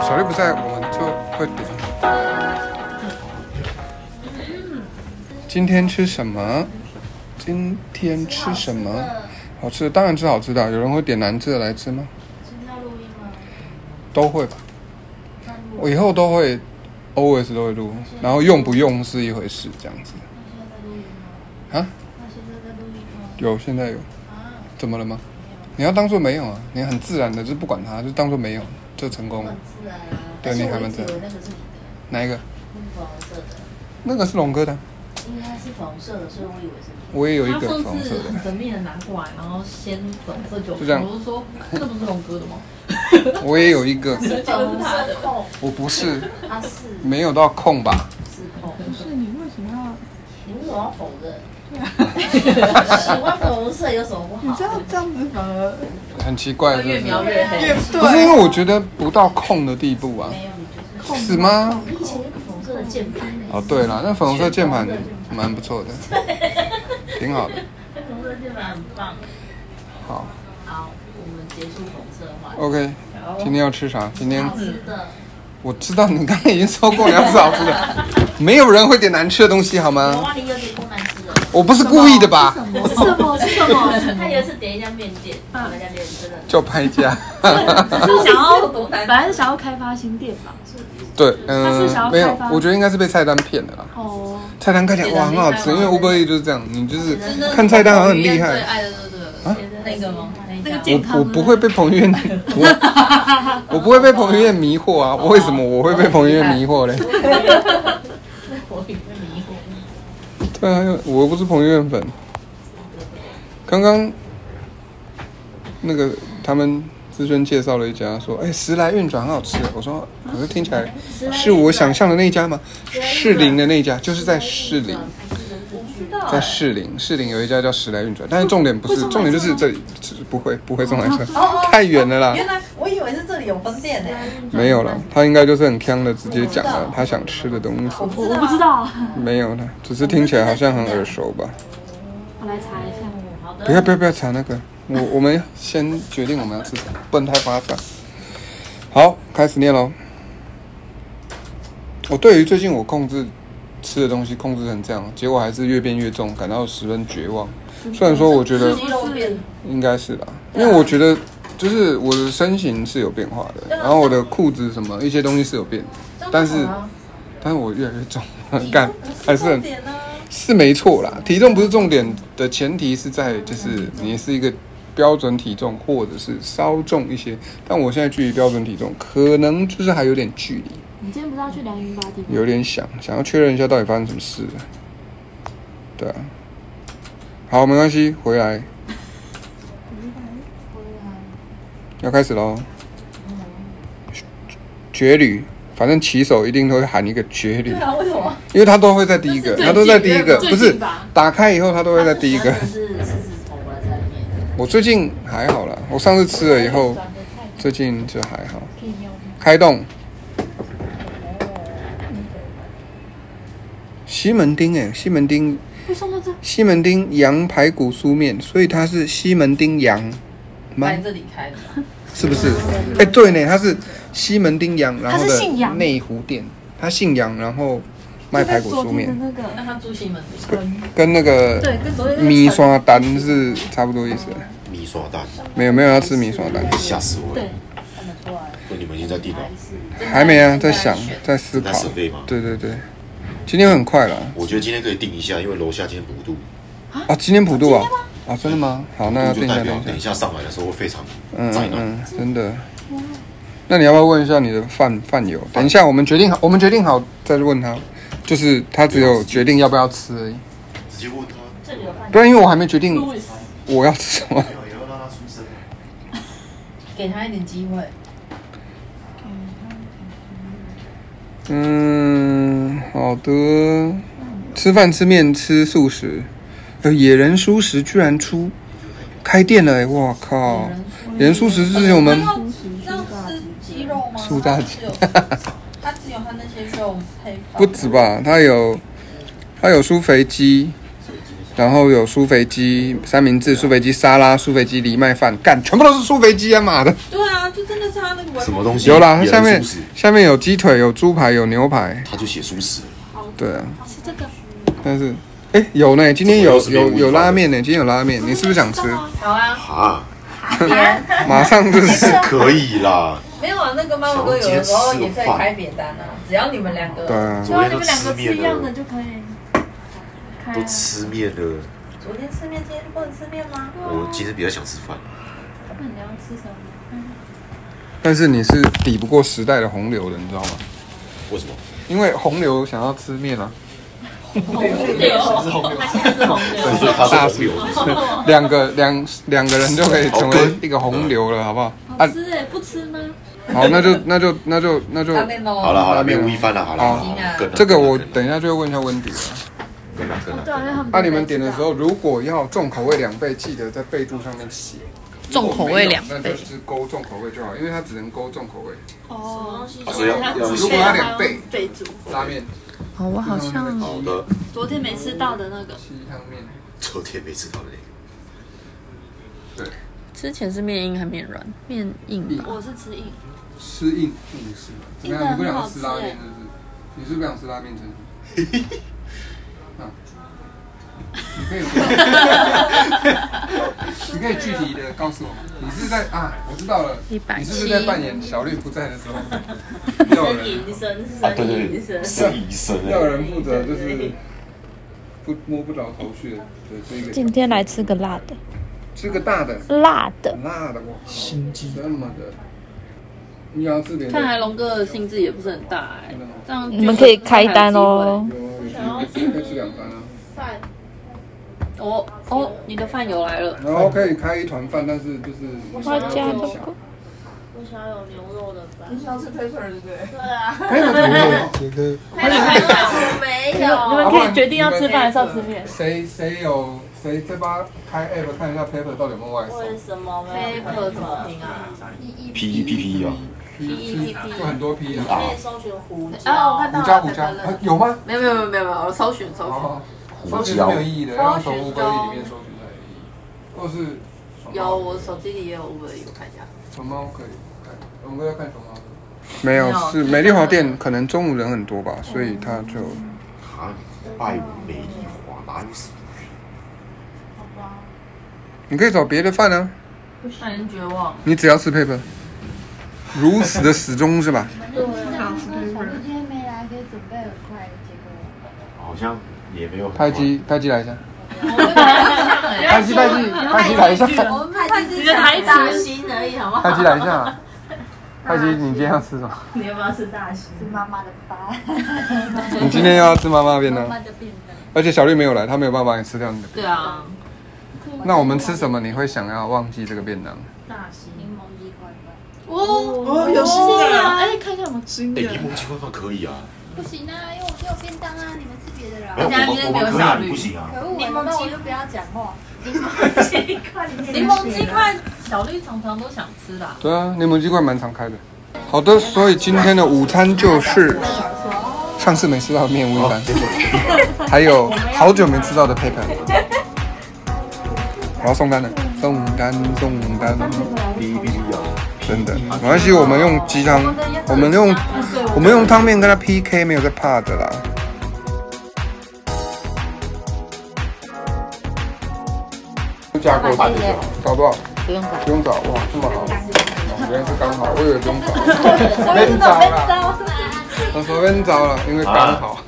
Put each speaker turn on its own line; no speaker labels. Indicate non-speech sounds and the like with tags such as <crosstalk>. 小瑞不在，我们就会点。今天吃什么？今天吃什么？好吃的，当然吃好吃的啊。有人会点难吃的来吃吗？
今天录音吗？
都会吧。
那录
我以后都会，always 都会录，然后用不用是一回事，这样子。
那现在在录音吗？
啊，
那现在在录音吗？
有现在有，
啊，
怎么了吗？你要当做没有啊，你很自然的就不管它，就当做没有，就成功了
很。自然啊。
对
但是
你还蛮
我一直
自然
以为那个是你的，
哪一个？
那个粉红色的，
那个是龙哥的，
因为它是粉红色的，所以我以为是你。
我也有一
他
个粉
上
红色
次很
的，
神秘的拿过来，然后先粉色酒，
就这样
我就说这不是龙哥的
<laughs>
吗？
我也有一个，
是粉红色控，
我不是
它是
没有到空吧？
是控。
不是你为什么要？
你为什么要否认？喜欢粉红色有什么不
你知
好？
道这样子反而
很奇怪，是不
越
是？
描越黑。
越
不是因为我觉得不到空的地步啊，
没有，你就是控。
是吗？
以前有个粉红色的键盘欸，
哦，对了，那粉红色键盘蛮不错的，挺好的。
那粉红色的键盘很棒。
好
好，我们结束粉红色的话题。
，OK，今天要吃啥？今天
好吃的，
我知道你刚才已经说过你要吃好吃的，没有人会点难吃的东西好
有
吗？
啊，你有点不难吃的。
我不是故意的吧？
是什么？是什么？他有一次点一家面店，那家面真的
叫拍家，
就是想
<laughs>
要，
多
本来是想要开发新店吧。
对，
他
嗯
是想要，
没有
开发，
我觉得应该是被菜单骗的啦。
哦，
菜单看起来哇很好吃，因为 Uber E 就是这样，你就是看菜单好像很厉
最
害。啊
爱的就是那个吗？那个健
我
康
我不会被彭于晏， <laughs> 我我不会被彭于晏迷惑啊！为什么我会被彭于晏迷惑嘞？
我也会迷惑。
对啊，因为我又不是彭于晏粉。刚刚那个他们资深介绍了一家，说哎、时来运转很好吃。我说可是听起来是我想象的那家吗？士林的那家就是在士林，在士林，士林有一家叫时来运转，但是重点不是，重点就是这里是不会不会送
哦
来车，太远了啦，
来我以为是这里有分店呢、
没有了。他应该就是很坑的，直接讲了他想吃的东西，
我我不知道，
没有了，只是听起来好像很耳熟吧。
我来查一下。
好
不要
的，
不要不要查那个，我我们先决定我们要吃什么，不能太发散。好，开始念喽。我对于最近我控制吃的东西控制成这样，结果还是越变越重，感到十分绝望。虽然说我觉得
鸡肉变
应该是啦，因为我觉得就是我的身形是有变化的，然后我的裤子什么一些东西是有啊变的，但是但是我越来越重， <laughs> 干还是啊很是没错啦。体重不是重点的前提是在就是你是一个标准体重或者是稍重一些，但我现在距离标准体重可能就是还有点距离。
你今天不是要去梁云吧地方？
有点想想要确认一下到底发生什么事了。对啊，好，没关系，回来。要开始喽。绝旅，反正骑手一定都会喊一个绝旅，
啊，为什么？
因为他都会在第一个，他都在第一个，
最
不
近
是
吧
打开以后他都会在第一个。
是狮子头
啊
吧，在里面。
我最近还好啦，我上次吃了以后，最近就还好。开动。西门町哎、西门町，
会送到这？
西门町羊排骨酥面，所以它是西门町羊吗？
在这里开的，
是不是？哎、对呢，它是西门町羊，然后
它是姓
的
杨
内湖店，它姓杨，然后卖排骨酥面，
那个
那他住西门町，
跟那个
对，跟昨天
米刷蛋是差不多意思。
米刷蛋，
没有没有要吃米刷蛋，
吓死我了！哦
看得出来，
说你们已经在订了，
还没啊，在想，在思考
在 survey 吗。啊
对对对，今天很快了。
我觉得今天可以订一下，因为楼下今天补度，
啊，今天普渡啊？啊，真的吗？好，那要
就
定一下，
代
定
表
一下
等一。下上来的时候会非常
嗯
灾
嗯
难。
嗯，真的。那你要不要问一下你的饭饭友？等一下，我们决定好，我们决定好再问他。就是他只有决定要不要吃而已，
直接问他，
这里有饭，
不然因为我还没决定我要吃什么。
没有也要让他出声。
给他一点机会。
嗯，好的。吃饭吃面吃素食，有野人素食居然出开店了、欸，我靠！野人素食是我们
这样吃鸡肉吗？
苏大姐
它只有，
<laughs>
他只有他那些肉配方。
不止吧？它有它有酥肥鸡，然后有酥肥鸡、三明治、酥肥鸡沙拉、酥肥鸡藜麦饭，干，全部都是酥肥鸡啊！妈的，
对啊，就真的是他那个
什么东西？
有啦，它
野
下
人
面
素食
下面有鸡腿、有猪排、有牛排，
他就写素食，
对啊，
是哦这个。
但是，哎，有呢，今天有
怎么又
有
是面
有拉面呢，今天有拉面，你是不是想吃？
好啊，
啊，
马上就是，
可以啦。
没有啊，那个猫哥有的时候也在开扁担啊，只要你们两
对
个，
啊
只，要你们两个吃一样的就可以。开啊
都吃面了，
昨天吃面，今天就不能吃面吗？
我今天比较想吃饭。
那你要吃什么？
但是你是抵不过时代的洪流的，你知道吗？
为什么？
因为洪流想要吃面啊，
所以他
大
是红油，
<laughs> 两个两两个人就可以成
好
为
跟
一个洪流了，好不好？
好
啊，
吃哎，不吃吗？
好，那就那就那就那就
他那弄
<laughs> 好了好了，面无一番了，好了
好
好了，跟了
这个我
跟了
等一下就会问一下温迪了。
跟了跟了
对啊，因为他们都
啊，
在
你们点的
吃
时候，如果要重口味两倍，记得在备注上面写
重口味两
那就
倍，
是勾重口味就好，因为它只能勾重口味。
哦，
啊所以要要
如果要两倍
备注，
拉面，
哦，我好像
好的，
昨天没吃到的那个，
七汤面，
昨天没吃到的那
之前是面硬还面软，面硬吧，
我是吃硬，
吃硬硬食嘛？怎么样？你不想吃拉
欸
面是不是？你是不想吃
<laughs>
拉面真的？啊，你
<laughs>
可以，你可以具体的告诉我吗，你是在啊？我知道了，你
170
是不是在扮演小绿不在的时候，要有
生
人
医生，
个啊，对
生医
对对，
生，
是医生
<laughs> 要有
哎，
人负责就是不摸不着头绪的这一个，
今天来吃个辣的，
吃个大的，
辣的
很辣的，我靠，心机这么的，你要吃别的，
看来龙哥的兴致也不是很大哎、这样
你们可以开单哦。
有有可以吃两盘啊。
就有机会。哦哦，你的饭友来了，
然后可以开一团饭，但是就是
花家
不
不
小
够。
我想要有牛肉的饭。
想吃 paper 对不对？
对啊，
没有觉得
我没有。
们 <laughs> 可以决定要吃饭还是要吃面
谁谁有谁这把开 app 看一下 paper 到底有没有外
为
送
什么没有
paper 怎么拼啊？
P E P P E 啊，
？P P 就很多 P 啊，
可以搜寻胡
啊，
椒
我，看到
五加
了，
五
看
加
到了
啊，有吗？
没有没有没有没有，我搜寻搜寻，
哦，搜寻是没有意义的，要从乌龟里面搜寻才有意义，或是
有我手机里也有五个，我看一下。
熊猫可以看，我们要看熊猫。没有，是美丽华店可能中午人很多吧，所以他就
啊，拜美丽华哪有什么？
你可以找别的饭啊，
让人绝望，
你只要吃 paper，如此的始终是吧？
好像也没有很
拍机，拍机来 <laughs> 一下，拍机，拍机，拍机来一下，
我们派只是
还大心而已，好不好？
拍机来一下。拍机，你今天要吃什么？
你要不要吃大心？
你今天又要吃妈妈便当？而且小绿没有来，她没有办法帮你吃掉你的。
对啊，
那我们吃什么？你会想要忘记这个便当？
哦，
哦，有新的啊，
哎，看一下我们
新的
哎，柠。檬鸡块饭可以啊，
不行啊，因为我只有便当啊，你们吃别的啦。
没有我
家今
们
天没
我
有
们可以
小
啊，
绿
你不行啊，
可恶啊，那我就不要讲话。
柠檬鸡块，啊小绿常常都想吃的啊。
对啊，柠檬鸡块蛮常开的。好的，所以今天的午餐就是上次没吃到的面无一
哦
般，还有好久没吃到的 paper。我要送单了，送单送单，
<laughs>
哔哔哔啊，
真的没关系，我们用鸡汤，我们用我们用汤面跟他 PK，没有在怕的啦。架构
饭的就好。
找多少？不用找。不用找哇，这么好，哦原来是刚好， <laughs> 我以为不用找。被找了，我说被找了，因为刚好。